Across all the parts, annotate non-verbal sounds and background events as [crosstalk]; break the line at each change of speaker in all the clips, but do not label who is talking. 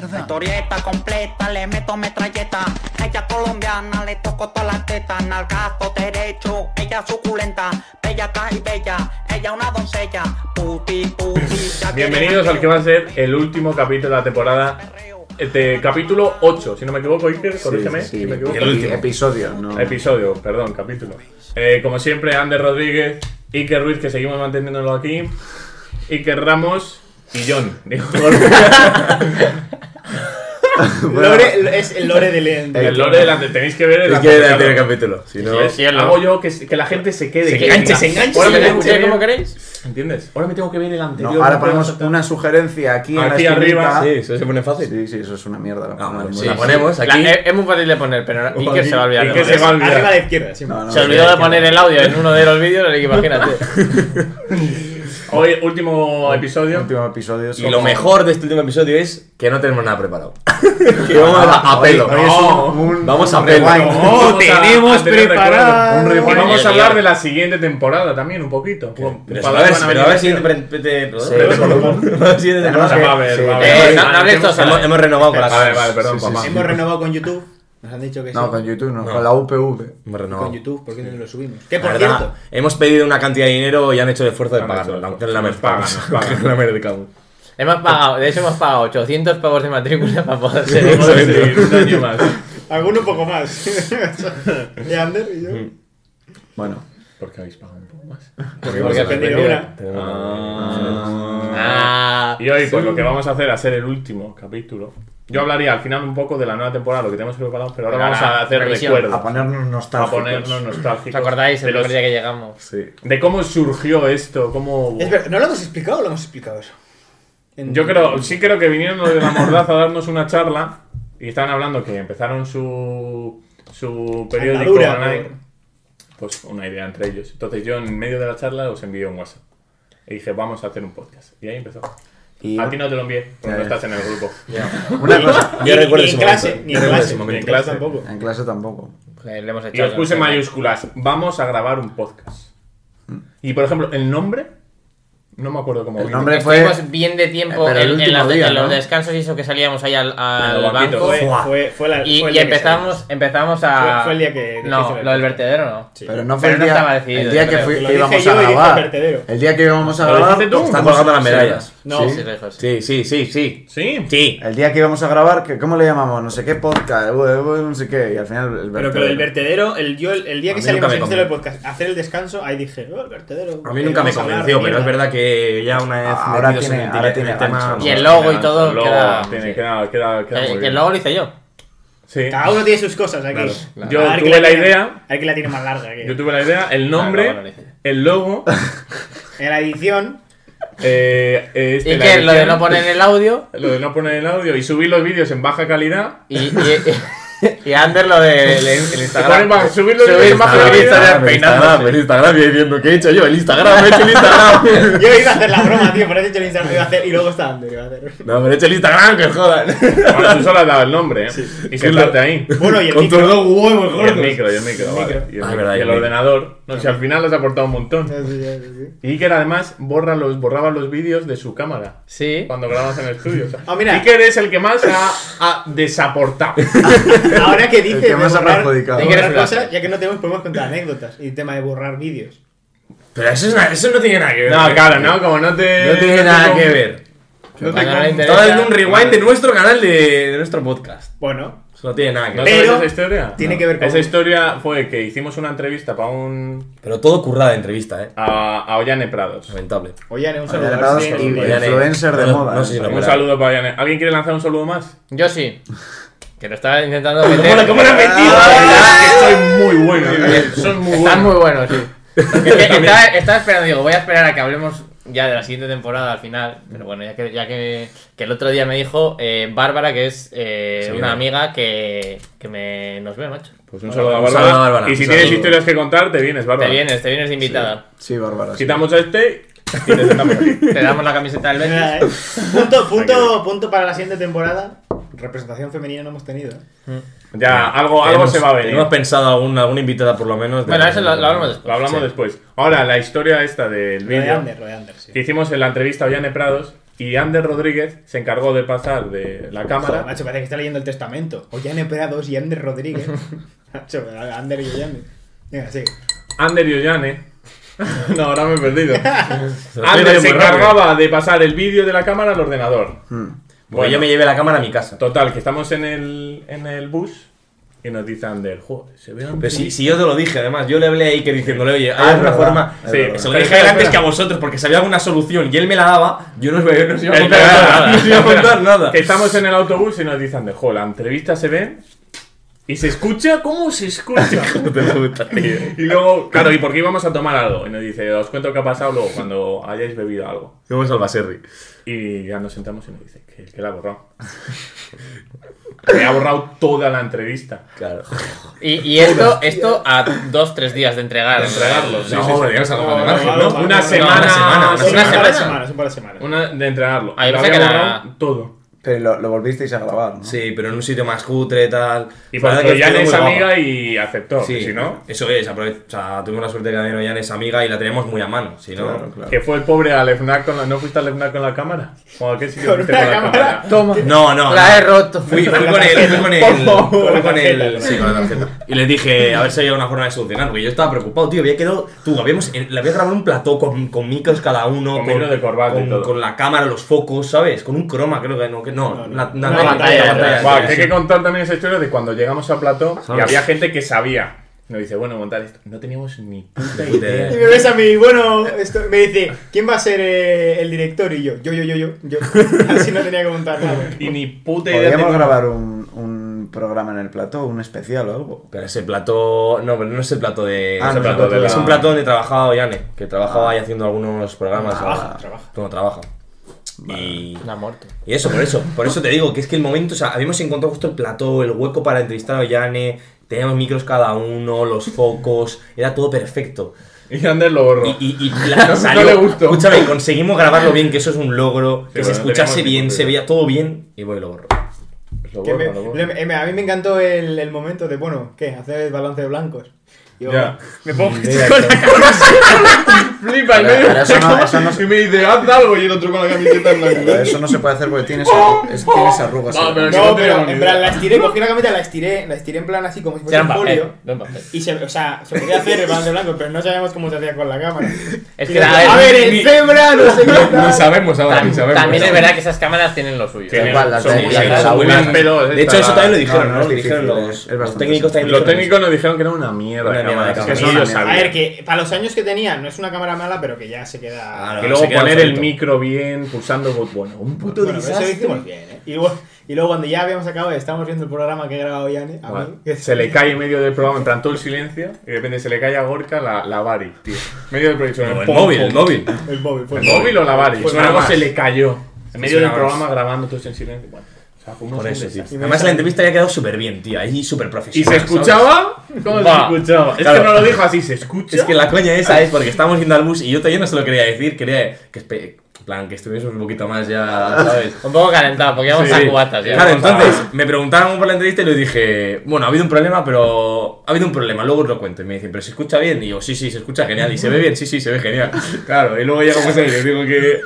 La historieta completa, le meto metralleta. Ella colombiana, le toco todas las tetas. Nalgazo derecho, ella suculenta. Bella y bella, ella una doncella. Puti, puti, ya
Bienvenidos al que va a ser eh. el último capítulo de la temporada. Este, capítulo 8, si no me equivoco, Iker, corrígeme
sí,
si me equivoco.
El último. Episodio, no.
Episodio, perdón, capítulo. Eh, como siempre, Ander Rodríguez, Iker Ruiz, que seguimos manteniéndolo aquí, Iker Ramos y John. Digo,
Lore, es el lore de León.
el lore delante, tenéis que ver el
Es que era el
anterior.
anterior capítulo. Si no,
Sí, sí, el-
Hago yo que, se- que la gente se quede.
Se
que
enganche,
diga,
se enganche,
Ahora
se
me tengo
enganche.
que ver-
¿Cómo queréis?
¿Entiendes? Ahora me tengo que ver el
no,
anterior.
ahora ponemos una sugerencia aquí, en la
Aquí
esquinita.
arriba,
Sí, eso se pone fácil.
Sí, sí, eso es una mierda. lo
Ah,
ponemos.
vale,
Sí,
sí.
sí.
La ponemos
La-
aquí.
es, es muy fácil de poner,
[laughs]
pero no- Iker se va a olvidar.
Iker se
de poner.
va a olvidar.
Arriba de izquierda, sí.
No, no,
Se olvidó de poner el audio en uno de los
[laughs]
vídeos, así que imagínate.
Hoy, último episodio.
último episodio.
Y lo mejor de este último episodio es que no tenemos nada preparado. que
No,
[laughs] vamos a, a
hoy-
pelo.
hoy es
No,
un- un-
vamos a
un
pelo.
rewind.
No, vamos a-
tenemos
a tener
preparado.
recuerdo.
Un rewind.
Y vamos a
Genial.
hablar de la siguiente temporada también, un poquito. Bueno,
Pero
para
a ver,
van
pero
venir
a ver si
varios.
Tenemos
[laughs] siguiente temporada.
que-
Va a haber,
sí.
va a haber.
Eh,
no-
no,
no hables todos a la
hemos,
vez.
hemos renovado con las
Vale, vale, perdón,
Sí, sí,
papá.
sí.
Hemos renovado con YouTube. Nos han dicho que sí.
No, con YouTube no,
No.
con la UPV.
Hemos renovado.
Con YouTube, ¿por qué no lo subimos? Que
La
por
verdad,
cierto,
hemos pedido una cantidad de dinero y han hecho el esfuerzo de
Han hecho
pagarnos.
el
Aunque no la
esfuerzo. Nos pagan, nos pagan.
mercado.
hemos pagado, de hecho hemos pagado 800 pavos de matrícula para poder
Vamos a
ser.
seguir un año más.
alguno un poco más. [laughs] y Ander y yo.
Bueno,
¿Por qué habéis pagado un poco más?
Porque
hemos
aprendí
aprendido.
una.
Ah,
Y hoy, pues lo que vamos a hacer, a ser el último capítulo. Yo hablaría al final un poco de la nueva temporada, lo que tenemos preparado, pero ahora
Pero
vamos
ahora,
a hacer
revisión.
a
recuerdos.
ponernos
A
nostálgicos.
ponernos nostálgicos.
¿Os acordáis el
de, los-
primer día que llegamos?
Sí.
de cómo surgió esto, cómo.
Es verdad, ¿no lo hemos explicado o lo hemos explicado eso? En-
Yo creo, sí creo que vinieron los de la mordaza a darnos una charla y estaban hablando que empezaron su, su periódico
Andadura,
online.
por-
Pues una idea entre ellos. Entonces yo en medio de la charla os envié un WhatsApp. Y dije, vamos a hacer un podcast. Y ahí empezó.
Y
A ti no te lo envié, porque
Ya,
no
ya.
estás en el grupo.
una cosa,
Ni-
Yo recuerdo
ni
ese
en clase,
momento.
ni
Yo
en
recuerdo
clase,
ese
ni en
momento.
clase tampoco.
en clase tampoco.
Le hemos
Y
echado
os puse
la-
mayúsculas, vamos a grabar un podcast. Y por ejemplo, el nombre, no me acuerdo cómo
El
vino.
nombre fue.
Estuvimos bien de tiempo
Eh, pero el
en- en,
último
las-
día,
en los
¿no?
descansos y eso que salíamos ahí al, al
En los banquitos.
banco.
Fue,
Fua.
fue, fue la,
Y,
fue el
y
día que
empezamos, empezamos a.
Fue- fue el día que dijiste lo
No,
del
lo del
podcast.
vertedero no.
Sí.
Pero no fue
Pero
el
no
día,
estaba decidido,
el día
yo
que
creo.
fui-
Lo
que
dije
íbamos
yo
a
y dije
grabar.
vertedero.
El día que íbamos a
¿Lo
grabar.
dijiste tú?
Están colgando las medallas.
No,
Sí.
Sí, lo dijo, sí.
Sí, sí, sí, sí.
Sí.
Sí.
El día que íbamos a grabar, que ¿cómo le llamamos? No sé qué podcast, eh, eh, no sé qué. Y al final el
Pero que lo del vertedero, el, yo el, el día
A
que
mí
salimos
nunca me
a hacer el
convenció.
podcast, a hacer el descanso, ahí dije, oh, el vertedero.
A mí nunca me
vamos hablar
convenció,
de
pero es
mierda.
verdad que ya una vez
Ahora
metidos
tiene-
en el,
ahora
en
tiene
el tema...
gancho.
Y el logo y todo.
El logo
queda-
tiene-
sí.
queda- queda-
Eh,
queda muy
Eh, Que
bien.
el logo lo hice yo.
Sí.
Cada uno tiene sus cosas aquí.
Claro, claro. Yo
A ver
tuve
quién
la
tiene-
idea.
A ver quién la tiene más larga. aquí.
Yo tuve la idea, el nombre,
Ah, no, bueno, dije.
el
[laughs]
logo.
En la edición,
eh, eh, este,
Y
la
que lo de
edición,
no poner el audio.
lo de no poner el audio y subir los vídeos en baja calidad.
Y, y, y Ander lo de el, el
Poner
Instagram.
baja- subir los vídeos en baja
Instagram,
calidad.
Instagram, el Instagram, el Instagram, y ahí viendo qué he hecho yo, el Instagram, he hecho el [laughs] Instagram.
yo iba a hacer la broma, tío, pero he dicho el Instagram que iba a hacer y luego está Ander. que iba a hacer.
No, pero he hecho el Instagram, que jodan.
Bueno, tú solo has dado el nombre, ¿eh? Y sentarte ahí.
Bueno, y el
Con tus
micro.
dos huevos,
Y el
gordos.
micro, y el micro, vale.
micro.
Y el,
Ah,
micro,
verdad,
y
el
el
micro.
ordenador. No sé, al final has aportado un montón. Y que además borra los, borraba los vídeos de su cámara
Sí.
cuando grabas en el estudio. O sea,
Ah, mira.
Iker es el que más ha, ha
[laughs]
desaportado.
Ahora que dices
El que
de
más ha
borrar,
perjudicado.
de
Hay que
borrar
refutarse.
cosas, ya que no tenemos, podemos contar anécdotas y tema de borrar vídeos.
[laughs] Pero eso, es una- eso no tiene nada que ver.
No, claro, ¿no? Como no te.
No tiene nada que ver. Pues
No te
Cuando no le
con-
interesa.
Estaba haciendo un rewind de nuestro canal de, de nuestro podcast.
Bueno,
Eso no tiene nada que
¿No
ver.
Pero-
sabes esa historia?
tiene
No.
que ver con-
Esa historia fue que hicimos una entrevista para un.
Pero todo currada de entrevista, eh.
a, a Ollane Prados.
Lamentable.
oye, Ane, un
Oye,
saludo.
Ane,
a ver
Prados,
si
y-
tienes-
Oye, Ane. Influencer de
no,
moda. ¿eh?
No sé si lo
Un
Un
verá.
saludo para Ollane. ¿Alguien quiere lanzar un saludo más?
Yo sí. Que lo estaba intentando meter.
Ah,
Ah,
soy muy bueno. eh. Soy muy
Estás
bueno.
muy bueno, sí. Es que estaba, estaba esperando, digo, voy a esperar a que hablemos ya de la siguiente temporada al final. Pero bueno, ya que, ya que, que el otro día me dijo eh, Bárbara, que es eh,
Sí,
una
claro.
amiga que, que me, nos ve, macho.
Pues un saludo a
Un saludo a
Bárbara.
Bárbara.
Y si
Un
tienes
saludo.
historias que contar, te vienes, Bárbara.
Te vienes, te vienes de invitada.
Sí, Bárbara. sí.
Quitamos a este y te sentamos
[laughs]
aquí.
Te damos la camiseta
[laughs]
del Betis.
Mira, eh. Punto, punto, punto para la siguiente temporada. Representación femenina no hemos tenido. ¿eh?
Ya, algo, algo
Tenemos-
se va a venir.
Hemos pensado algún, alguna invitada por lo menos. de-
Bueno, eso lo, lo hablamos después.
Lo hablamos después. Ahora, la historia esta del
Lo de
vídeo.
Ander, lo de Ander, sí.
Que hicimos en la entrevista a Ollane Prados. Y Ander Rodríguez se encargó de pasar de la
Joder,
cámara.
macho, parece que está leyendo el testamento. O Jan Prados y Ander Rodríguez. macho, Ander y Jan. Venga, sigue.
Ander Yoyane. [laughs] no, ahora me he perdido.
lo estoy
[laughs] Ander se
leyendo muy rápido.
encargaba de pasar el vídeo de la cámara al ordenador.
Mm.
Bueno, Pues yo me llevé la cámara a mi casa.
Total, que estamos en el, en el bus y nos dice Ander, joder, se ve
Pero si, si yo te lo dije, además, yo le hablé ahí que diciéndole, oye, hay
Ah, es
alguna
verdad,
forma.
es
Sí,
verdad.
se lo dije
Espera,
a él
espera.
antes que a vosotros, porque si había alguna solución y él me la daba, yo no os iba, no os iba a
Espera, [laughs]
contar
espera,
nada. No os iba a
espera.
contar nada.
Que estamos en el autobús y nos dice Ander, joder, la entrevista se ve y se escucha, ¿cómo se
[laughs]
escucha? y luego, claro, ¿y por qué íbamos a tomar algo? Y nos dice, os cuento qué ha pasado luego cuando hayáis bebido algo.
Vamos al Baserri.
Y ya nos sentamos y nos dice que, que la ha borrado. [laughs] que ha borrado toda la entrevista.
Claro.
Y, y esto, esto a dos, tres días de entregar.
De entregarlo, sí,
No,
sí, sí.
volveríamos a la
No,
Madre
no,
Magia,
no,
¿no?
no,
Una
no,
semana,
una semana,
una
una
semana.
Un par de
semana.
semanas, un par de semanas.
Una de entregarlo.
Ah, yo
Lo
pensé
había
que era-
borrado todo.
Pero lo, lo volvisteis a grabar, ¿no?
Sí, pero en un sitio más cutre, tal.
Y
La verdad
porque
que
Jan
estuvo
es
muy guapo.
amiga y aceptó. que Si no,
Eso es, aprove- o sea, tuvimos la suerte de que también Ollán es amiga y la tenemos muy a mano. Si no,
Claro, claro.
que fue el pobre al FNAC con la... ¿No fuiste al FNAC con la cámara? ¿O a qué sitio
Con
fuiste
una
con la
cámara.
cámara?
Toma.
No, no.
La he
no.
roto.
Fui, fui con él, fui con él. Fui con él. Sí, con la tarjeta. Y les dije, a ver si había una forma de solucionar, porque yo estaba preocupado, tío. Había quedado. Tú, habíamos. Le había grabado un plató con, con micros cada uno.
Con micro de corbata y
con,
todo.
con la cámara, los focos, ¿sabes? Con un croma, creo que no. Que, no,
No, no.
una,
Una pantalla,
una
Buah, Eh, que hay
sí.
que contar también esa historia de cuando llegamos a Plató y
¿Sabes?
había gente que sabía. Nos dice, bueno, montar esto. No teníamos ni puta idea.
Y me ves a mí, bueno, esto- me dice, ¿quién va a ser eh, el director? Y yo, yo, yo, yo, yo, yo. Así no tenía que montar nada.
Y ni puta idea.
Podríamos
teníamos.
grabar un, un programa en el plató, un especial o algo.
Pero ese plato. No, pero no es el plato de.
Ah,
es, el
no es el
plato
plato de
es
la-
un plato donde trabajaba Yane, que trabajaba ahí haciendo algunos programas.
Trabaja,
ah,
trabaja.
Bueno, trabaja. Y,
La muerte.
y eso, por eso. Por eso te digo que es que el momento. O sea, habíamos encontrado justo el plató, el hueco para entrevistar a Yane. Teníamos micros cada uno, los focos. Era todo perfecto.
Y Ander lo borró.
Y, y,
[laughs]
y la- salió-
le gustó.
Escúchame, conseguimos grabarlo bien, que eso es un logro. que
pero
se
no
escuchase
teníamos ni
bien,
puta
se
idea.
veía todo bien. Y voy y lo borro.
Lo
Que
borró,
me-
lo borró.
le- me- a mí me encantó el, el momento de, bueno, ¿qué? Hacer el balance de blancos. Y yo,
Ya.
me pongo [laughs]
Flipa en
Pero-
medio.
pero eso no- eso no-
Y me dice, haz algo. Y el otro con la camiseta en
Pero
blanco.
eso no se puede hacer porque tienes, es- tienes arrugas.
Va, pero-
No,
no
pero
tenemos ni
en plan,
idea.
la estiré, cogí la camisa, la estiré, la estiré en plan así como si fuese
Era
un
un papel.
folio.
no un papel.
Y se, o sea, se podía hacer el balance de blanco, pero no sabíamos cómo se hacía con la cámara.
Es
Y "Ah,
que,
yo,
a ver,
a ver, el
ni-
cebra, no sé qué tal".
sabemos
Tam- también es verdad que esas cámaras tienen lo suyo.
Tienen-
igual, las
son
de-
muy-
las de-
son muy
las
bien
de-
pelos,
De hecho,
esta-
eso también lo dijeron,
no,
¿no?
no es
Lo dijeron
difícil,
los,
es
los
bastante
técnicos también.
Los
dijeron eso.
técnicos nos dijeron que era una mierda.
Una
de
mierda de
cámara, que
cámara.
eso
Sí,
ellos
sí.
A
sabían.
ver, que para los años que tenía no es una cámara mala, pero que ya se queda.
Claro.
Y luego
Se queda
poner el
obsoleto.
micro bien, pulsando bot. Bueno, un puto
Bueno, pero eso lo
desastre.
hicimos bien, ¿eh? Y luego, y luego cuando ya habíamos acabado, estábamos viendo el programa que he grabado Yane, a mí,
Bueno,
que
se le cae en medio del programa, en plan todo el silencio, y de repente se le cae a Gorka la, la Bari, tío. Medio del proyecto.
O el
pom,
móvil,
pom.
el móvil.
El móvil, fue
¿El móvil o la Bari?
Pues
Pues
nada
algo
más.
se le cayó. En medio
nada
del
más.
programa grabando todos en silencio. Bueno, o sea, fue un
Por eso, tío.
desastre.
Además, la entrevista había quedado súper bien, tío. Ahí súper
¿Y
profesional.
se
¿sabes?
escuchaba? ¿Cómo
Va.
se escuchaba? Es
Claro.
que no lo dijo así, se escucha.
Es que la coña esa es porque estábamos yendo al bus y yo todavía no se lo quería decir. Quería que, espe- en plan, que estuviésemos un poquito más ya, ¿sabes?
Un poco calentado, porque íbamos
Sí.
a cubatas ya.
Claro,
vamos a-
entonces me preguntaron por la entrevista y le dije, bueno, ha habido un problema, pero ha habido un problema, luego os lo cuento. Y me dicen, pero se escucha bien. Y yo, sí, sí, se escucha genial. Y se ve bien, sí, sí, se ve genial. [laughs] Claro, y luego llegamos ahí y les digo que.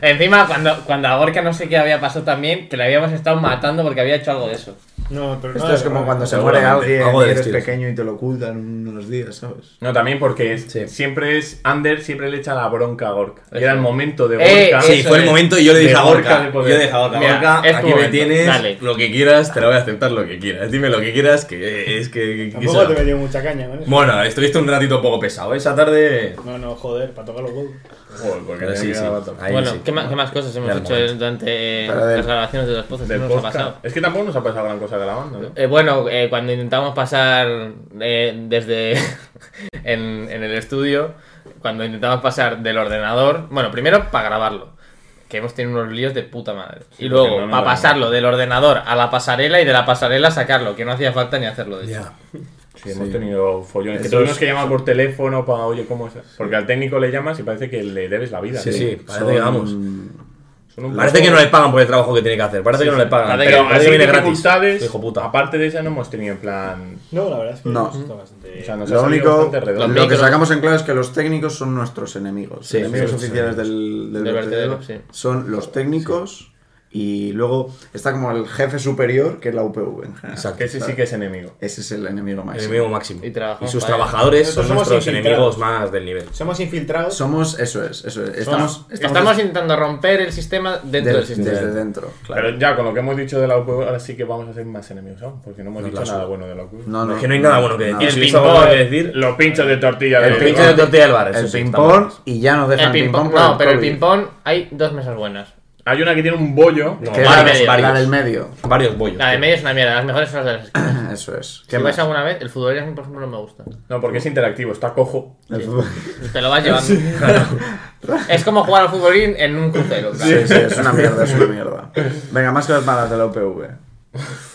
Encima, cuando, cuando a Gorka no sé qué había pasado también, que le habíamos estado matando porque había hecho algo de eso.
No, pero no,
Esto es como
no,
cuando
no,
se
no,
muere
seguramente,
alguien
algo
y
del
eres
estilo.
pequeño y te lo ocultan unos días, ¿sabes?
No, también porque es-
Sí.
siempre es. Ander siempre le echa la bronca a Gorka. Y
Eso.
era el momento de
Eh,
Gorka.
Sí,
Eso
fue el
es.
momento y yo le dije
De
a
Gorka
Gorka,
de
yo
poder.
le dije a Gorka,
Mira,
Gorka,
es tu
aquí me
momento,
tienes,
dale.
lo que quieras, te la voy a aceptar lo que quieras. Dime lo que quieras, que es que... que
Tampoco
eso-
te metió mucha caña, con eso.
Bueno, estuviste un ratito un poco pesado, ¿eh? esa tarde...
No, no, joder, para tocar los huevos.
Joder, porque
Pero
tenía
sí,
que
sí.
grabar todo.
Ahí
bueno,
sí.
¿qué, más, ¿qué más cosas hemos
Claro,
hecho
bueno.
durante eh,
Pero del-
las grabaciones de los pozos? ¿Qué
Del
nos ha
podcast.
pasado?
Es que tampoco nos ha pasado gran cosa grabando, ¿no?
Eh, bueno, eh, cuando intentamos pasar eh, desde [laughs] en, en el estudio, cuando intentamos pasar del ordenador, bueno, primero para grabarlo, que hemos tenido unos líos de puta madre. Y luego,
porque no, no,
para
no.
pasarlo del ordenador a la pasarela y de la pasarela sacarlo, que no hacía falta ni hacerlo. de hecho.
Ya.
Sí, hemos tenido follones. Que
Eso
tuvimos
es-
que llamar por teléfono para, oye, ¿cómo es? Porque al técnico le llamas y parece que le debes la vida.
Sí,
tío.
sí, parece que vamos.
Son un
Parece
poco-
que no le pagan por el trabajo que tiene que hacer. Parece que no le pagan.
Parece
Pero
que-
parece que viene gratis.
dificultades,
Hijo puta.
aparte de esa, no hemos tenido en plan.
No, la verdad es que
No.
está bastante.
O sea, nos ha
Lo
salido
único,
bastante redondo.
Los
lo que
micros.
sacamos en claro es que los técnicos son nuestros enemigos.
Sí,
enemigos
sí,
oficiales
sí.
del, del
Del vertedero, sí.
Son los técnicos y luego está como el jefe superior, que es la UPV. en general.
Exacto.
Que ese sí que es enemigo.
Ese es el enemigo
El
máximo.
enemigo máximo.
Y trabajamos
sus
para él.
trabajadores son
Nosotros somos
nuestros
infiltrados.
enemigos más del nivel.
Somos infiltrados.
Somos, eso es, eso es. Estamos,
Estamos, intentando romper el sistema dentro del
de-
sistema.
desde dentro. claro.
Pero ya con lo que hemos dicho de la UPV, ahora sí que vamos a ser más enemigos aún, porque no hemos
No,
dicho
claro.
nada bueno de la UPV.
No, no,
es que no hay nada bueno que decir.
nada.
Si
El
hubiese algo
ping-pong.
bueno que decir.
Los pinchos de tortilla
El
de
pinche de tortilla del bar. eso
El
sí, está
ping-pong
mal.
y ya nos
El
dejan
ping-pong,
por
no, pero el
COVID.
ping-pong hay dos mesas buenas.
Hay una que tiene un bollo.
No,
Que
Vale,
la-
medio,
la
varios.
del medio. [clears throat]
Varios bollos.
La de
tío.
Ah, medio es una mierda, las mejores son las de las esquinas.
Eso es.
Si
¿Qué más?
vais alguna vez, el futbolismo, por ejemplo, no me gusta.
No, porque es interactivo, está cojo.
El fútbol.
Te lo vas llevando. es como jugar al futbolín en un crucero. claro.
[laughs] Sí, sí, es una mierda, es una mierda. Venga, más cosas malas de la UPV.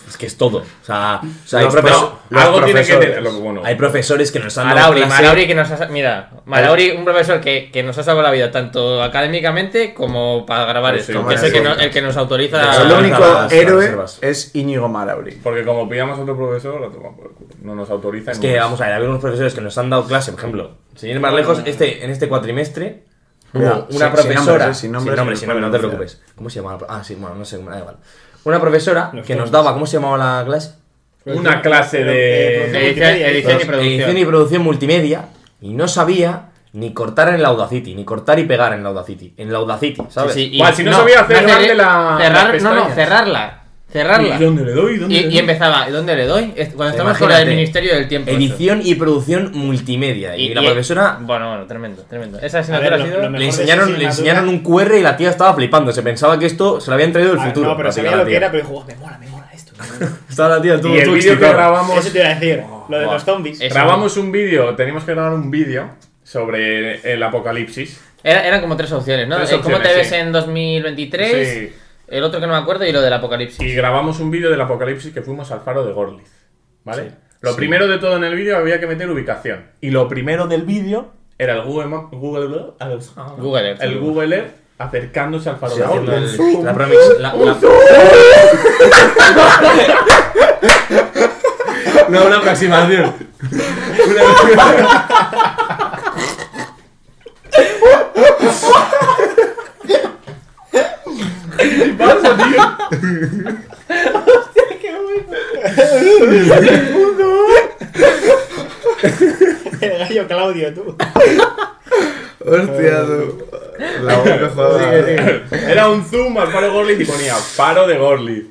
Es que es todo. O sea, o sea, hay,
Los
profes-
pro-
no,
los
algo tiene que
profesores.
tener. Lo que, bueno,
hay profesores que nos han dado
Malauri,
clase-
Malauri que nos ha sa- Mira, Malauri, un profesor que, que nos ha salvado la vida tanto académicamente como para grabar
Pues sí,
esto.
como
Que es el
en el
que, no-
podcast.
el que nos autoriza.
Pero
el
lo
único
las- las
héroe
reservas.
es Íñigo Marauri.
porque como pillamos a otro profesor, la tomamos por el culo. No nos autoriza.
Es que, vamos a ver, había unos profesores que nos han dado clase, por ejemplo, sin ir más lejos, este, en este cuatrimestre hubo
Ya, sin-
una
sin nombres, eh,
profesora.
sin nombres,
sin
sin
nombres, no te
nombres,
preocupes. ¿Cómo se llamaba? la pro- Ah, sí, bueno, no sé, da igual. Una profesora que nos daba, ¿cómo se llamaba la clase?
Una clase de-
producción
Edición-
multimedia,
edición y
esto.
producción.
Edición y producción multimedia, y no sabía ni cortar en la Audacity, ni cortar y pegar en la Audacity. En la Audacity, ¿sabes? Eh,
Sí, sí, y-
Guau, si no sabía hacer
no
grande la- las
Cerrar, no,
pestañas.
no, cerrarla. Cerrarla.
dónde le doy?
Y, y empezaba, ¿y ¿dónde le doy? Es- Cuando estamos fuera
Imagínate,
del Ministerio del Tiempo. eso.
Edición y producción multimedia. Y, la profesora
Bueno, bueno, tremendo, tremendo. Esa
A ver,
asignatura
lo-
ha sido.
lo mejor
Le
de esa
enseñaron, le
asignatura-
enseñaron un QR y la tía estaba flipando. Se pensaba que esto se lo habían traído del
Ah,
futuro.
No, pero
la
sabía lo
tía, la
que
tía.
era, pero dijo, me mola, me mola esto.
Estaba la tía todo
Y el
todo
vídeo que
excitado.
grabamos.
Eso te iba a decir, lo de
Buah.
los zombies.
Es-
Grabamos un vídeo, teníamos que grabar un vídeo sobre el apocalipsis.
Era- eran como tres opciones, ¿no?
Tres
Eh, ¿Cómo te
opciones,
ves
sí.
en 2023?
Sí.
El otro que no me acuerdo y lo del apocalipsis.
Y grabamos un vídeo del apocalipsis que fuimos al faro de Gorlitz. ¿Vale? lo primero de todo en el vídeo había que meter ubicación. Y lo primero del vídeo era el Google Map- Google Earth.
Google Earth.
El Google Earth acercándose al faro
Sí,
de
haciendo
Gorlitz. [laughs]
el- la promix- la- la- No, una aproximación.
El [laughs] gallo Claudio, tú.
Hostia, tú. La boca jodida.
Era un zoom al faro de Gorlitz y ponía faro de Gorlitz.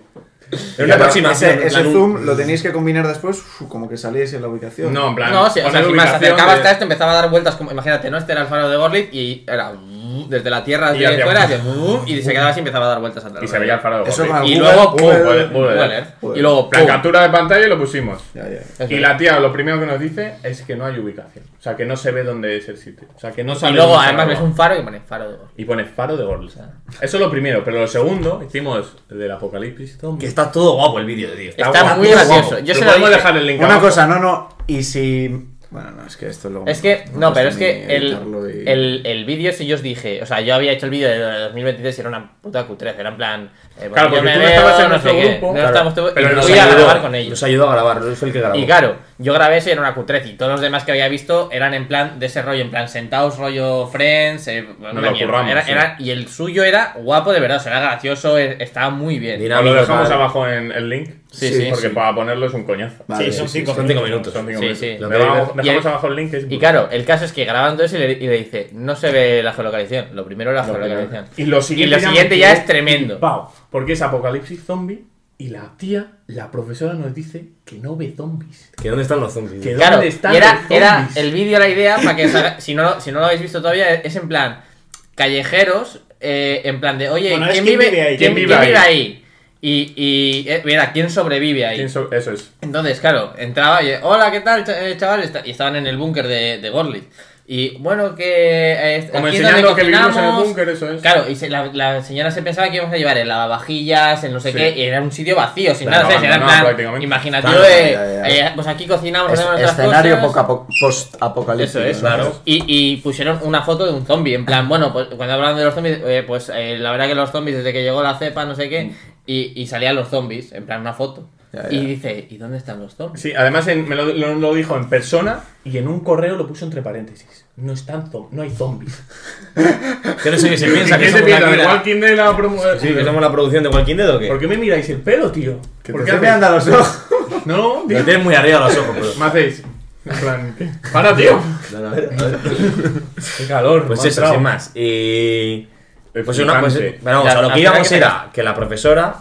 Era una aproximación.
Ese, ese
en plan,
zoom lo tenéis que combinar después uf, como que salíais en la ubicación.
No, en plan.
No, sí, o
poner
sea, si más se
ubicación
acercaba
de-
hasta este, empezaba a dar vueltas, como, imagínate, ¿no? Este era el faro de Gorlitz y era uh, desde la tierra
Y
de
hacia-
fuera hacia, uh, y se quedaba así y empezaba a dar vueltas atrás.
Y se veía el faro de
Eso
Gorlitz.
con
Y
Google-
luego, pum,
Google-
Google- Google-
Google Earth.
Google.
Y luego,
Plan,
pum.
captura de pantalla y lo pusimos.
Ya, ya.
Eso
Y
es.
la tía lo primero que nos dice es que no hay ubicación. O sea, que no se ve dónde es el sitio. O sea, que no
Y
sabe
luego,
dónde está
además,
la
ves un faro y pone faro de Gorlitz.
Y pone faro de Gorlitz. Eso es lo primero, pero lo segundo, hicimos el del apocalipsis. todo
Que está todo guapo el vídeo, tío.
Está
guapo,
muy gracioso.
guapo. Lo
Yo se lo
podemos
dije.
dejar el link
Una
abajo.
cosa, no, no. Y si. Bueno, no, es que esto luego.
Es que, no, pero es que
ni
el,
editarlo y-
el, el vídeo, si yo os dije, o sea, yo había hecho el vídeo de 2023 y era una puta Q13, era en plan. eh, bueno,
Claro,
yo
porque
me
tú no estabas en
no
nuestro
sé qué,
grupo,
no
claro,
estábamos todos-
pero
y
nos
fui a
ayudó,
grabar con ellos.
Nos ayudó a grabar, fue el que grabó.
Y claro, yo grabé eso y era una cutrez y todos los demás que había visto eran en plan de ese rollo, en plan sentados, rollo Friends, eh, una
lo
mierda.
curramos,
Era-
sí.
era- y el suyo era guapo de verdad, o sea, era gracioso, e- estaba muy bien.
Mira.
Os lo dejamos
Vale.
abajo en el link.
Sí, sí,
Porque
sí.
para ponerlo es un coñazo.
Vale,
sí, son
sí,
cinco
Son cinco minutos.
Son cinco
Sí,
minutos.
sí.
Lo dejamos
Y
dejamos
el-
abajo el link. es
Y
brutal.
claro, el caso es que grabando eso y le, y le dice, no se ve la geolocalización, lo primero era la
Lo
geolocalización.
primero. Y lo siguiente,
Y lo siguiente ya
me
es
quedé
tremendo.
flipao, porque es apocalipsis zombie y la tía, la profesora nos dice que no ve zombies.
¿Que ¿Dónde están los zombies?
Que-
tío?
Claro,
¿Dónde están
y era,
los
era
zombies?
el vídeo la idea para que os haga- si no, lo- si no lo habéis visto todavía, es en plan callejeros, eh, en plan de, oye,
Bueno, es
¿quién,
quién
vive,
vive ahí,
¿quién,
quién
quién
vive
vive ahí? Y, y eh, mira, ¿quién sobrevive ahí?
Pienso- Eso es.
Entonces, claro, entraba y, hola, ¿qué tal, ch- eh, chavales? Y estaban en el búnker de, de Gorlitz. Y, Y bueno, que. eh,
Como
aquí es
enseñando
donde
que vivimos en el
cocinamos.
búnker, eso es.
Claro, y se- la, la señora se pensaba que íbamos a llevar el lavavajillas, el no sé
Sí.
qué, y era un sitio vacío, sin
Claro,
nada. ¿sabes? Era en
abandonado
plan
prácticamente.
Imaginativo
Claro,
de.
ya, ya, ya.
eh, pues aquí cocinamos,
Es-
hacemos nuestras
escenario
cosas.
poca- post-apocalíptico.
Eso es,
¿no?
claro. Y, y pusieron una foto de un zombie, en plan, bueno, pues cuando hablaban de los zombies, eh, pues eh, la verdad que los zombies desde que llegó la cepa, no sé qué, y, y salían los zombies, en plan una foto.
Mm. Ya,
Y
ya.
dice, ¿y dónde están los zombies?
Sí, además en- me lo, lo- lo dijo en persona y en un correo lo puso entre paréntesis. No están zom- no hay zombies.
Que no
[laughs]
sé qué se piensa, que
¿Quién se
somos
piensa?
la
¿De
mira-
Walking Dead la promo-
Sí, que somos la producción de Walking Dead o qué?
¿Por qué me miráis el pelo, tío?
Que
¿Por
te
qué
estoy mirando a los ojos.
[laughs]
No, tío.
Lo tienes muy arriba los ojos, pues. pero.
Me hacéis. En plan, ¿qué? ¡Para, tío! ¡Qué calor!
Pues
me ha
eso,
entrado.
sin más. Y.
Es
Pues una, pues,
flipante.
bueno,
La-
o sea, lo
la
que
final
íbamos
que
era que la profesora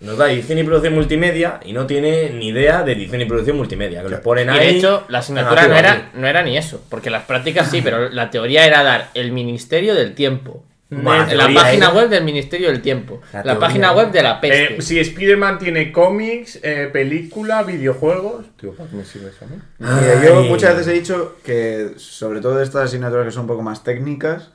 nos da edición y producción multimedia y no tiene ni idea de edición y producción multimedia. Que los ponen
Y
ahí. Ah,
de hecho, la asignatura no
Negativo,
era,
aquí.
no era ni eso, porque las prácticas sí, pero la teoría era dar el Ministerio
[laughs]
del Tiempo.
Buah,
En la
teoría,
página
¿eh?
web del Ministerio del Tiempo.
La
La,
teoría,
página
¿eh?
web de la peste.
Eh, si Spider-Man tiene cómics, eh, película, videojuegos. Tío, ¿para qué me sirve eso a mí?
Mira, yo
Ay.
muchas veces he dicho que, sobre todo de estas asignaturas que son un poco más técnicas,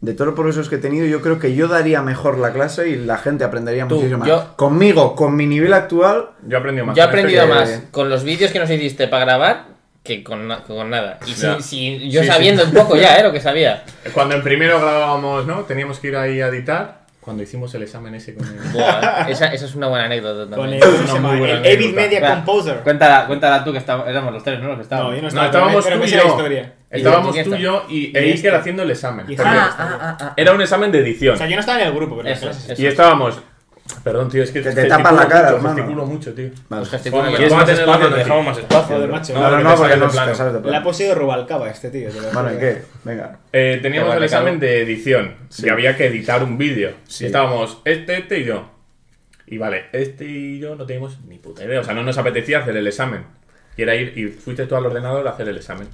de todos los profesores que he tenido, yo creo que yo daría mejor la clase y la gente aprendería
Tú,
muchísimo más.
yo-
Conmigo, con mi nivel actual,
Yo he aprendido más.
Yo he
con esto
aprendido
que-
más con los vídeos que nos hiciste para grabar que con, na- con nada. Y
Ya.
si, si- yo
Sí,
sabiendo un poco ya, ¿eh? Lo que sabía.
Cuando en primero grabábamos, ¿no? Teníamos que ir ahí a editar. Cuando hicimos el examen ese con el...
Buah, esa, esa es una buena anécdota
Con
también.
el, ¿cómo se
Una
llama?
muy buena
el Avid
anécdota.
Media Composer.
Cuéntala, cuéntala tú, que está- éramos los tres, ¿no? Los que estábamos.
No, yo no
No,
estaba.
estábamos
pero
tú
me
y
sé la
yo.
historia.
Estábamos
¿Y
tú,
esta?
yo y, e
Y
Iker
esta.
haciendo el examen.
Y-
Porque
Ah,
Era un examen de
O
edición.
sea, yo no estaba en el grupo, pero
Eso,
las clases-
eso.
Y estábamos. Perdón, tío, es que.
Que te
gesticulo
tapan la cara,
mucho,
hermano.
Gesticulo mucho, tío.
Vale.
Los
Bueno,
gesticulan.
¿quieres
Vamos a
más
tener la
espacio?
mano.
Te dejamos
más espacio.
Joder, macho.
No, no,
porque
no,
te
porque
sale
no
de plano.
te sales de
La ha
plano.
poseído Rubalcaba este tío. te lo
Bueno, ¿y
juro.
qué? Venga.
Eh, teníamos
Te
el
va a cagar.
examen de edición
Sí.
y había que editar un vídeo.
Sí.
Y estábamos este, este y yo. Y vale, este y yo no teníamos ni puta idea. O sea, no nos apetecía hacer el examen. Y era ir y fuiste tú al ordenador a hacer el examen.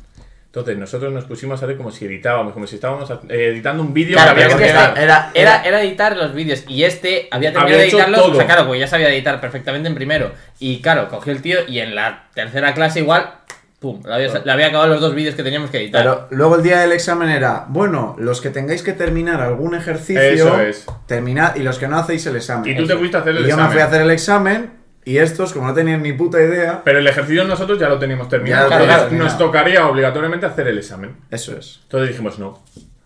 Entonces nosotros nos pusimos a hacer como si editábamos, como si estábamos ha- eh, editando un vídeo
Claro,
que
pero
había
es
que
que eh,
quedar.
esta- era, era, era editar los vídeos y este había terminado
Había
de
hecho
editarlos. O
todo.
sea, claro, porque ya sabía editar perfectamente en primero. Y claro, cogió el tío y en la tercera clase igual, pum, le había, le había acabado los dos vídeos que teníamos que editar.
Pero luego el día del examen era, bueno, los que tengáis que terminar algún ejercicio,
Eso es.
terminad y los que no hacéis el examen.
Y tú te fuiste a hacer el
Y yo me
examen.
fui a hacer el examen y estos, como no tenían ni puta idea,
Pero el ejercicio nosotros ya lo teníamos terminado.
Ya
lo
Entonces,
teníamos
nos tocaría obligatoriamente hacer el examen.
eso es.
Entonces dijimos, no,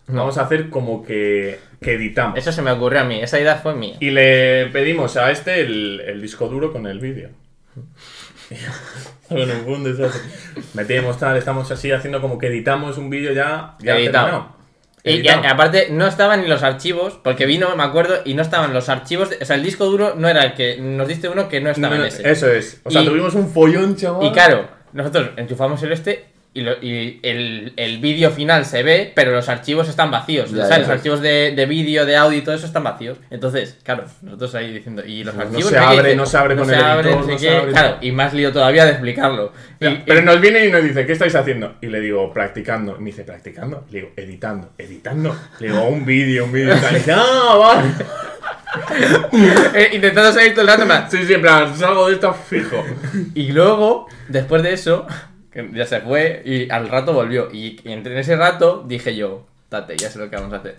vamos a hacer como que, que editamos.
Eso se me ocurrió a mí, esa idea fue mía.
Y le pedimos a este el, el disco duro con el vídeo. bueno, fue un desastre. Metimos tal, estamos así haciendo como que editamos un vídeo ya, ya
Editado.
terminado.
Y, y
Editado.
a- aparte, no estaban ni los archivos, porque vino, me acuerdo, y no estaban los archivos. O sea, el disco duro no era el que nos diste uno que no
No,
estaba
no,
en ese.
eso es. O sea,
Y-
tuvimos un follón, chaval.
Y claro, nosotros enchufamos el este y, lo- y el, el vídeo final se ve, pero los archivos están vacíos.
Ya,
o sea,
ya.
los archivos de, de vídeo, de audio y todo eso están vacíos. Entonces, claro, nosotros ahí diciendo, y los
No
archivos.
se
qué?
abre,
Dice,
no se abre con el editor,
no
no
sé
se
qué.
abre.
Claro, y más lío todavía de explicarlo. Y-
Ya,
y-
Pero nos viene y nos dice, ¿qué estáis haciendo? Y le digo, practicando. Y me dice, ¿practicando? Le digo, editando, editando. Le digo, un vídeo, un vídeo. Y tal. Y, "Ah, vale".
[laughs] eh, intentando salir todo el rato, en plan,
Sí, sí, en plan, salgo de esto
[laughs]
fijo.
Y luego, después de eso, [laughs] que ya se fue y al rato volvió. Y entre ese rato dije yo, tate, ya sé lo que vamos a hacer.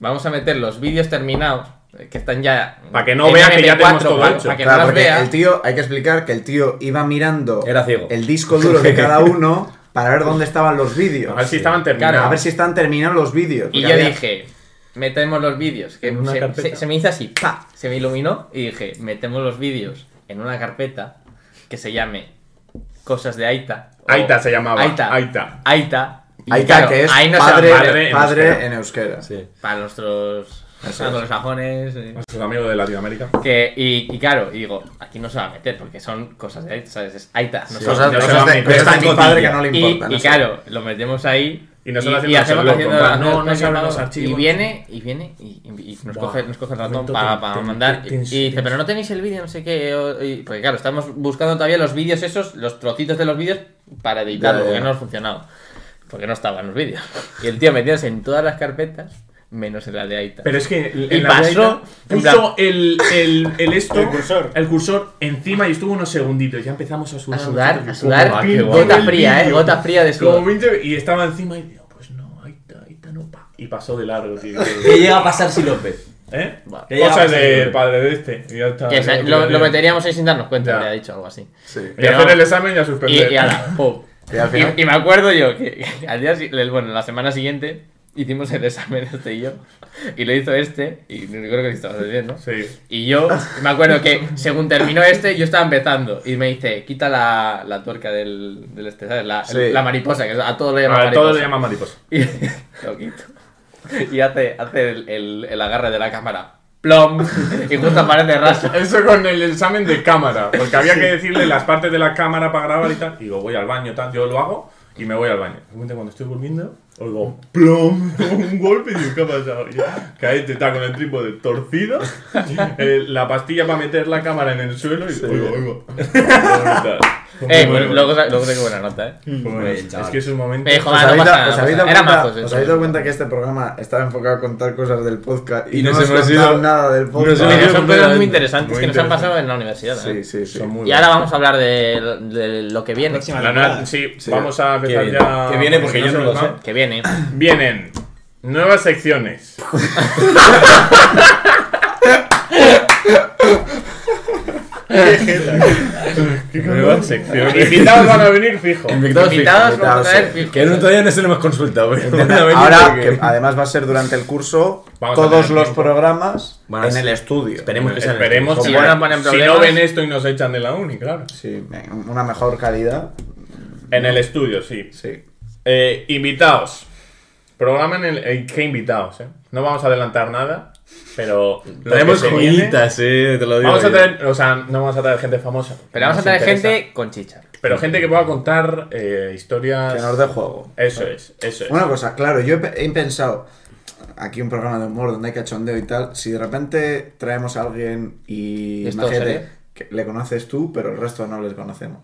Vamos a meter los vídeos terminados, eh, que están ya...
Pa' que no
en
vea que ya tenemos
4,
todo
pa-
hecho.
pa' que
Claro,
no las
porque
vea.
el tío, hay que explicar que el tío iba mirando
Era ciego.
el disco duro de cada uno para ver dónde estaban los vídeos.
A ver si estaban terminados.
Claro,
A ver si están terminados los vídeos.
Y
porque
yo
había-
dije, metemos los vídeos. Que
En una
se,
carpeta.
se- se me hizo así, pa, se me iluminó y dije, metemos los vídeos en una carpeta que se llame Cosas de Aita. o-
Aita se llamaba,
Aita.
Aita.
Aita. Y
Ahí
claro,
está, que es
ahí no se
padre,
abre.
madre en
padre
euskera.
en euskera.
Sí.
Para nuestros
Eso es.
anglosajones. eh,
Nuestros amigos de Latinoamérica.
Que, y, y claro, y digo, aquí no se va a meter porque son cosas de Aita, ¿sabes? Es Aita. no son-
Cosas,
no se
cosas
van
de,
a meter.
cosas de
Están
mi padre
cotillas.
que no le
y,
importan.
y
eso.
claro, lo metemos ahí.
Y nosotros haciendo
hacemos
los locos,
haciendo-
no, no, no se abren los
y
archivos.
viene, y viene, y, y- y nos,
Buah,
coge, nos coge el ratón
momento
para,
ten-
para
ten-
mandar.
ten-
y, y dice,
ten-
pero no tenéis el vídeo, no sé qué. o- y- porque claro, estamos buscando todavía los vídeos esos, los trocitos de los vídeos para editarlo,
Ya, ya.
porque no nos funcionaba. Porque no estaban los vídeos. [laughs] Y el tío metiéndose en todas las carpetas, menos en la de Aita.
Pero es que en
Y
la
pasó,
diadita
en plan-
puso el, el, el esto,
El cursor.
el cursor encima y estuvo unos segunditos. Ya empezamos a
A
sudar.
sudar,
nosotros, y
a sudar,
como
qué
pinche
gota
el
fría, eh,
vídeo.
gota fría de
Como
sudor.
pinche- y estaba encima y digo, pues y pasó de largo, tío.
[laughs]
¿Qué llega a pasar si López?
¿Eh?
Que ya
Cosas
va a
del
ser.
padre de este. y ya está.
Que se- lo, lo meteríamos ahí sin darnos cuenta,
Ya. Pues
le ha dicho algo así.
Sí.
Y hacer el examen y a
Y,
suspender.
y ala, pum.
Y al final-
Y, y me acuerdo yo que que al día, si- el- bueno, la semana siguiente hicimos el examen este y yo, y lo hizo este, y yo creo que lo hizo bastante bien, ¿no?
Sí.
Y yo me acuerdo que según terminó este, yo estaba empezando, y me dice, quita la, la tuerca del, del este, ¿sabes? La,
Sí.
la mariposa, que a todos le llaman
A
mariposa.
todos le llaman mariposa.
Y [laughs] lo quito. Y hace, hace el, el, el agarre de la cámara. Plom. [laughs] Y justo aparece Raso.
Eso con el examen de cámara, porque había que decirle las partes de la cámara para grabar y tal. Y digo, voy al baño, tal, yo lo hago y me voy al baño. De repente, cuando estoy durmiendo, oigo plom, un golpe y digo, ¿qué ha pasado? Y yo, Caete, está con el trípode torcido, [laughs] eh, la pastilla para meter la cámara en el suelo y oigo, [laughs] oigo.
Eh,
Muy bueno.
pues luego, sa- luego tengo buena nota, eh.
Muy bueno.
Muy bien,
Es
chaval. Eh,
que es un momento.
Me dijo, "Ah,
¿Os
no
Pues habéis,
pasa
da-
nada,
os
no
habéis dado
pasa nada". Era
cuenta,
majos,
os
eso.
habéis dado cuenta que este programa estaba enfocado a contar cosas del podcast y,
Y
no
nos
hemos
hemos
contado
ido-
nada del podcast?
hemos
Pero
ido
son cosas muy
muy
interesantes que nos han
interesante.
pasado en la universidad.
Sí,
¿eh?
sí, sí.
Son muy
Y ahora vamos a hablar de, de lo que viene.
Próxima
La
temporada.
nada- sí,
Sí.
vamos a
Que
empezar
viene.
ya.
Que viene porque yo no
se
lo
nos
sé.
va.
Que viene.
Vienen nuevas secciones. nuevas secciones. Invitados van a venir fijo.
eh. Invitados
Invitados
fijos,
vamos a
invitados,
traer
sí.
fijos.
Que en un todavía no se lo hemos consultado, ¿eh? pero van a venir
Ahora,
porque-
que además va a ser durante el curso,
Vamos a
todos
tener
los
tiempo.
programas
Van a
en
ser-
el estudio.
Esperemos que sean
Esperemos
Si
que-
no nos ponen
si
problemas.
no ven esto y nos echan de la uni, claro.
Sí, en una mejor calidad.
En el estudio, sí.
Sí.
Eh, invitados. Programa en el. eh, ¿Qué invitados? eh? No vamos a adelantar nada, pero. lo
Traemos
que se viene-
joyitas, eh, te lo digo.
Vamos a
yo.
traer. O sea, no vamos a traer gente famosa.
Pero vamos a
Nos
traer
interesa.
gente con chicha.
Pero gente que pueda contar eh, historias.
Que nos dé juego.
Eso es, eso es.
Una cosa, claro, yo he, pe- he pensado, aquí un programa de humor donde hay cachondeo y tal, si de repente traemos a alguien y
¿Es todo serio?
imagínate que le conoces tú, pero el resto no les conocemos.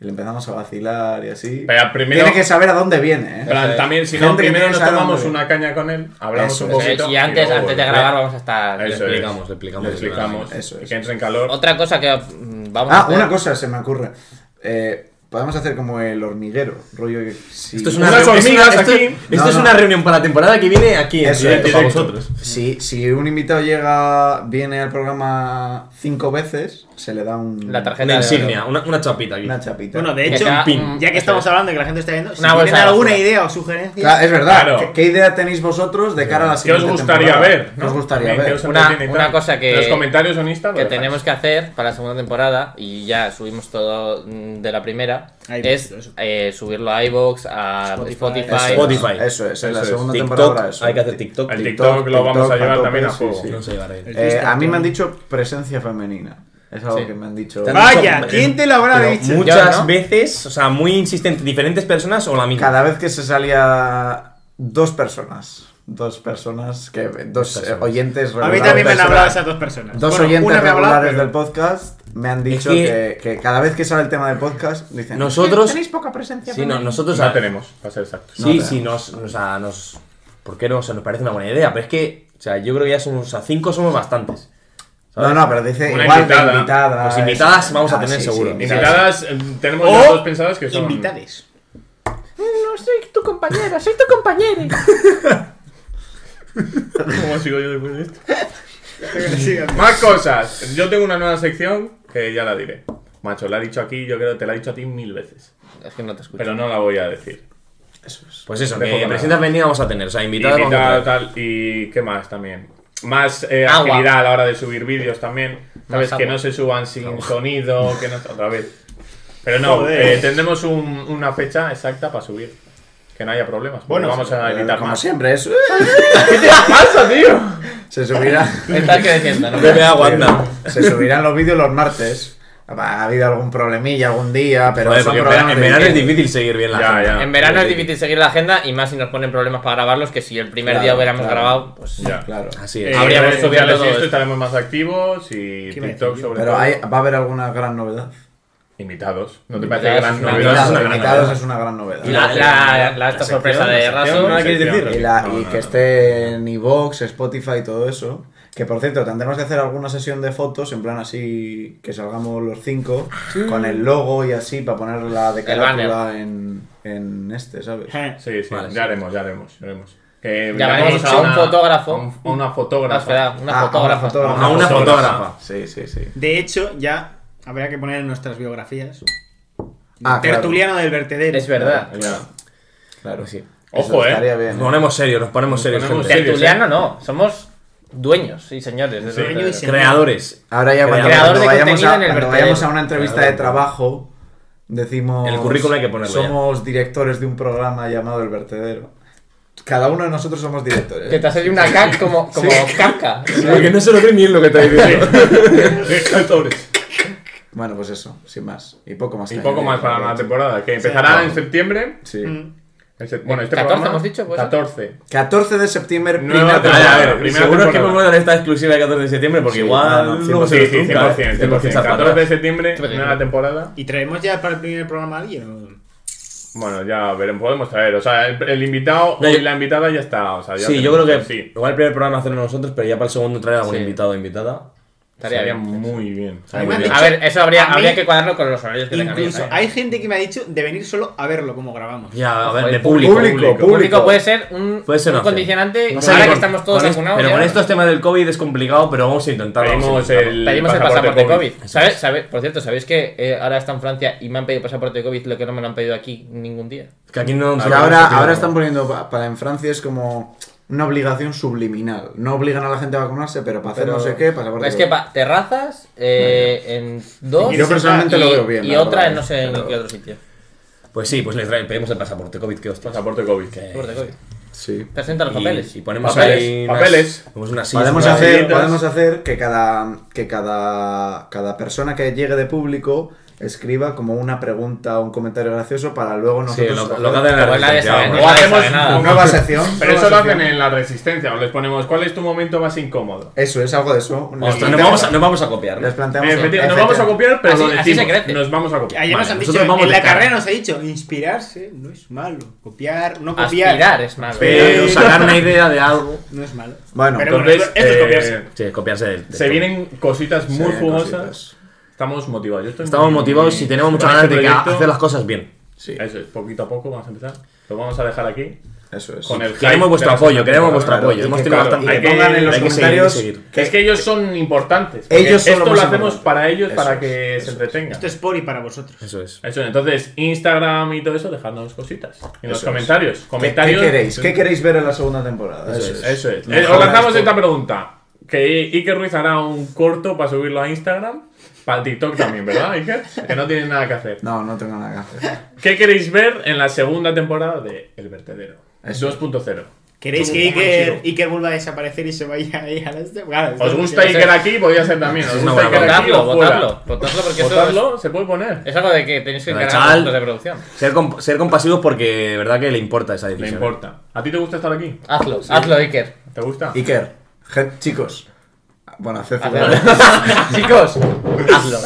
Y le empezamos a vacilar y así.
Pero primero-
Tiene que saber a dónde viene, ¿eh?
En plan, también, si no,
Gente que
primero
tiene
nos
esa
tomamos
hambre.
una caña con él, hablamos
Eso
un
es.
poquito.
Y antes,
luego
antes de
volvemos. ¿eh?
grabar vamos a estar...
Eso es.
Le explicamos, le explicamos.
Le explicamos.
Eso es.
Que entre en calor.
Otra cosa que mm, vamos a
Ah,
hacer-
una cosa se me ocurre. Eh, podemos hacer como el hormiguero, rollo que si,
Esto es
una
una
Unas
reunión.
hormigas
esto,
aquí.
esto
No,
es
no.
una reunión para la temporada que viene aquí en
Eso
directo
es,
para
directo.
vosotros.
si, si un invitado llega, viene al programa cinco veces, se le da un,
La tarjeta
Una
de
insignia, una, una chapita aquí.
una chapita.
Bueno, de
Que
hecho,
te haga
pin,
Mm,
un-
ya que estamos hablando y que la gente está viendo, si
Una bolsa
tienen
de
alguna
basura.
idea o sugerencia,
Claro, es verdad.
Claro.
¿Qué, qué idea tenéis vosotros de cara a la
¿Qué os
siguiente
gustaría
temporada?
ver?
¿Qué
no?
os gustaría
¿Qué
ver?
os
Una-
entretiene y tal?
una cosa que-
Los comentarios son Insta. lo
que
dejáis.
tenemos que hacer para la segunda temporada y ya subimos todo mm, de la primera
iVoox, todo
es
eso.
eh, subirlo a iBox, a
Spotify.
Spotify,
Eso,
Spotify.
Eso es, en
Eso
la
es.
segunda temporada.
TikTok,
eso.
hay que hacer TikTok.
El TikTok lo vamos a llevar
tope,
también a
sí,
juego.
sí.
No se llevará él.
Eh,
Instagram.
a mí me han dicho presencia femenina. Es algo que me han dicho.
Te han
Vaya,
mucho-
¿quién te lo habrá
Pero
dicho?
muchas
Yo, ¿no?
veces, o sea, muy insistente, diferentes personas o la misma.
Cada vez que se salía dos personas. Dos personas que. Dos eh,
personas.
oyentes
A mí
regulares.
también me han hablado
Personas.
esas dos personas.
Dos
Bueno,
oyentes
una me ha
regulares
hablado, pero-
del podcast me han dicho
que-
que, que cada vez que sale el tema del podcast dicen
Nosotros-
tenéis poca presencia
Sí, no,
femenina".
nosotros
No
a-
tenemos, para ser exactos.
No
Sí,
tenemos.
sí, nos, o sea, nos. ¿Por qué no? O sea, nos parece una buena idea, pero es que, o sea, yo creo que ya somos, a cinco somos bastantes.
No, no, pero dice
Una
igual de
invitada.
invitada.
Pues invitadas vamos a
Ah,
tener
sí,
seguro.
sí,
Invitadas,
invitadas.
eh, tenemos
O
las dos pensadas que son.
Invitades.
Mm, No soy tu compañera, soy tu compañera.
[laughs] ¿Cómo sigo yo después de
[laughs]
esto?
Sí, a mí.
Más cosas. Yo tengo una nueva sección que ya la diré. Macho, la he dicho aquí, yo creo que te la he dicho a ti mil veces.
Es que no te escucho.
Pero no la voy a decir.
Pues eso,
Dejo
que
con
presentas venida vamos a tener, o sea, invitadas vamos a
Invitado,
tener.
tal, y qué más también. Más eh,
Agua.
agilidad a la hora de subir vídeos también. Sabes
Más
que
agua.
no se suban sin sonido, que no otra vez. Pero no, eh,
Joder.
tendremos un- una fecha exacta para subir. Que no haya problemas. porque
Bueno,
pues vamos a
Pero
editar
como
más.
siempre, es-
¿Qué te pasa, tío?
se subirá.
Estás creciendo, ¿no?
Bebe agua, anda.
se subirán los vídeos los martes. Ha habido algún problemilla algún día, pero
Joder,
son
porque en vera-
programas
en
de
verano es
weekend.
difícil seguir bien la
Ya,
agenda.
ya.
En verano es difícil seguir la agenda y más si nos ponen problemas para grabarlos que si el primer
Claro,
día hubiéramos
claro.
grabado, pues
Ya.
Claro.
Así es.
Eh,
Habría que
redes
subir
sociales
todo
y esto
esto.
estaremos más activos y
¿Qué iba a
TikTok
decir yo?
sobre
Pero
todo.
hay- va a haber alguna gran novedad.
Invitados. ¿No te
Invitados,
parece gran
invitados,
novedad?
es una
Claro,
gran
invitados
novedad.
es una gran novedad.
Y la, la- la- esta sorpresa de Raso.
¿Nada quieres
Sección.
decir?
Y, la-
No,
y
no,
que
no.
esté en iVoox, Spotify y todo eso. Que por cierto, tendremos que hacer alguna sesión de fotos, en plan así, que salgamos los cinco, con el logo y así, para poner la de
El banner.
carátula en, en este, ¿sabes?
Eh,
Sí, sí,
Vale,
ya
sí.
haremos, ya haremos, ya haremos. Que
Llamaremos
llamamos
a un fotógrafo.
a un- a una
Ah, espera,
fotógrafa.
una
Ah,
fotógrafa.
A una fotógrafa.
Sí, sí, sí.
De hecho, ya habrá que poner en nuestras biografías.
Ah, claro.
Tertuliano del vertedero.
Es verdad.
Ya.
Claro, sí.
Ojo, eh.
Estaría bien.
Nos ponemos serios, nos ponemos serios.
ponemos
gente.
serios.
Tertuliano no, somos dueños y señores. de
Sí.
los-
Dueño y señor.
Creadores.
Ahora ya cuando,
Creador
cuando
de
vayamos,
contenido
a,
en el
cuando
vertedero.
vayamos a una entrevista de trabajo, decimos...
El currículum hay que ponerlo ya.
Somos directores de un programa llamado El Vertedero. Cada uno de nosotros somos directores. ¿eh?
Que te has hecho una caca como, como caca.
Porque no se lo cree ni él lo que te [laughs] diciendo. Creadores.
Bueno, pues eso, sin más. Y poco más.
Y
que
poco
añadir,
más para
porque-
la temporada, que empezará en septiembre.
Sí.
Mm.
En sep- Bueno, este
14
programa,
hemos dicho, pues.
14.
14 de septiembre,
Nueva
primera
temporada.
temporada.
A ver, primera
Seguro que
temporada.
podemos dar esta exclusiva el 14 de septiembre porque
Sí,
igual
no, no,
no se
Sí, sí,
nos trunca,
100%. 100%. 14 de septiembre,
100%.
nueva temporada.
¿Y traemos ya para el primer programa a alguien?
Bueno, ya veremos, podemos traer. O sea, el, el invitado
No,
y
yo-
la invitada ya está. O sea, ya
Sí, yo creo
tenemos-
que
sí.
igual el primer programa hacerlo nosotros, pero ya para el segundo traer algún
Sí.
invitado o invitada.
Estaría
Estaría
bien.
muy bien.
Ahí me
Muy
han
bien.
A ver, eso habría,
A mí-
habría que cuadrarlo con los horarios que tengan.
Incluso
ellos, ¿eh?
hay gente que me ha dicho de venir solo a verlo como grabamos.
Ya, a ver,
Ojo,
de
el
público.
Público, público.
público puede ser un,
Puede ser
un
una opción.
condicionante
No sé,
ahora
con-
que estamos todos
con este-
vacunados.
Pero con
ya.
estos temas del COVID es complicado, pero vamos a intentarlo. vamos a
Pedimos
intentarlo.
el,
Pedimos el pasaporte de COVID.
COVID.
¿Sabes? ¿Sabes? Por cierto, ¿sabéis que eh, ahora está en Francia y me han pedido pasaporte de COVID lo que no me lo han pedido aquí ningún día?
Es que aquí no.
Que Ah, ahora, ahora están poniendo, pa- para en Francia es como una obligación subliminal. No obligan a la gente a vacunarse, pero para hacer
Pero-
no sé qué, pasaporte.
Es que pa- terrazas eh, en dos
Yo personalmente
y,
lo veo bien,
y
la
otra
verdad, ¿eh?
en no sé en
pero-
qué otro sitio.
Pues sí, pues les trae- pedimos el pasaporte COVID, que hostia.
Pasaporte COVID.
Pasaporte COVID.
Sí.
Presenta los
Y-
papeles.
Y, ponemos
Papeles.
ahí. unas-
papeles.
Ponemos unas sillas,
Podemos
unas
hacer,
sillitas.
podemos hacer que cada que cada, cada persona que llegue de público escriba como una pregunta o un comentario gracioso para luego
Sí,
nosotros
lo,
coger-
lo que hacen en la
Pues nadie
resistencia,
sabe,
vamos.
nadie
hacemos-
sabe nada.
nueva sección.
Pero eso
nueva
lo hacen
sección.
en la resistencia. o Les ponemos, ¿cuál es tu momento más incómodo?
Eso es algo de eso.
Vamos,
Les
nos, vamos a,
planteamos-
nos vamos a copiar.
les planteamos.
Efectivamente, nos vamos a copiar, pero
Así-
lo
así
decimos.
se crece.
Nos vamos a copiar.
Ayer nos
Vale,
han
nosotros
dicho, en
vamos de
la
cara.
carrera nos ha dicho, inspirarse no es malo. Copiar, no copiar.
Aspirar es malo.
Pero Eh, sacar una idea de algo.
No es malo.
Bueno,
Pero
Entonces,
esto- esto es
eh,
copiarse.
Sí, copiarse del.
se vienen cositas
se
muy
vienen
jugosas.
cositas.
Estamos motivados. Yo estoy
Estamos
muy-
motivados y tenemos
con
muchas ganas
este
de que
proyecto.
hacer las cosas bien.
Sí,
Eso es, poquito a poco vamos a empezar. Lo vamos a dejar aquí.
eso es.
Con el
Queremos
hype
vuestro
de la
apoyo,
segunda temporada.
queremos vuestro apoyo.
Y
Hemos
que,
tenido
claro,
bastante.
y que pongan en los
hay que seguir,
comentarios
hay que seguir.
Es que ellos son importantes. porque
Ellos son
esto
lo
lo,
más
hacemos
importante.
para ellos,
Eso
para
es,
que
eso
se
es.
entretengan.
Esto es por y para vosotros.
Eso es.
Eso, entonces, Instagram y todo eso, dejadnos cositas. Y en los
Eso es.
comentarios.
¿Qué, qué
comentarios
queréis? ¿Qué queréis ver en la segunda temporada?
Eso es.
Eso es.
Mejor
Eh, os lanzamos
esto.
esta pregunta. Que Iker Ruiz hará un corto para subirlo a Instagram. Para TikTok también, ¿verdad, Iker? Que no tiene nada que hacer.
No, no tengo nada que hacer.
¿Qué queréis ver en la segunda temporada de El Vertedero?
Eso.
2.0.
¿Queréis que
Como
Iker,
Manchiro.
Iker vuelva a desaparecer y se vaya ahí a las... Claro,
¿Os
esto-
gusta Iker aquí? Podría ser también. ¿Os
una
gusta
buena
Iker aquí
Votadlo,
o fuera?
votadlo. Votadlo porque eso
¿Votarlo? ¿Se puede poner?
es, Eh, es algo de que tenéis que
Pero,
encargar
chaval.
de producción.
Ser, comp- ser compasivos porque de verdad que le importa esa
No
decisión.
importa. ¿A ti te gusta estar aquí?
Hazlo, hazlo, Iker.
¿Te gusta?
Iker, gen- chicos. Bueno, haced-
Ah,
[laughs] Chicos, hazlo.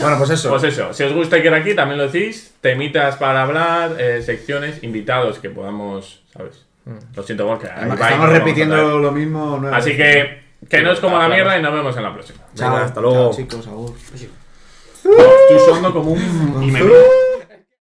Bueno, pues
[laughs]
eso.
Pues eso, si os gusta Iker aquí, también lo decís. Temitas para hablar, eh, secciones, invitados que podamos, ¿sabes? Lo siento, porque
Además, Estamos repitiendo lo mismo. nueva
Así
vez.
que que no os como la mierda y nos vemos en la próxima.
Chao,
Venga, hasta luego.
Chao, chicos, agur.
Estoy sonando como un. Y me miro.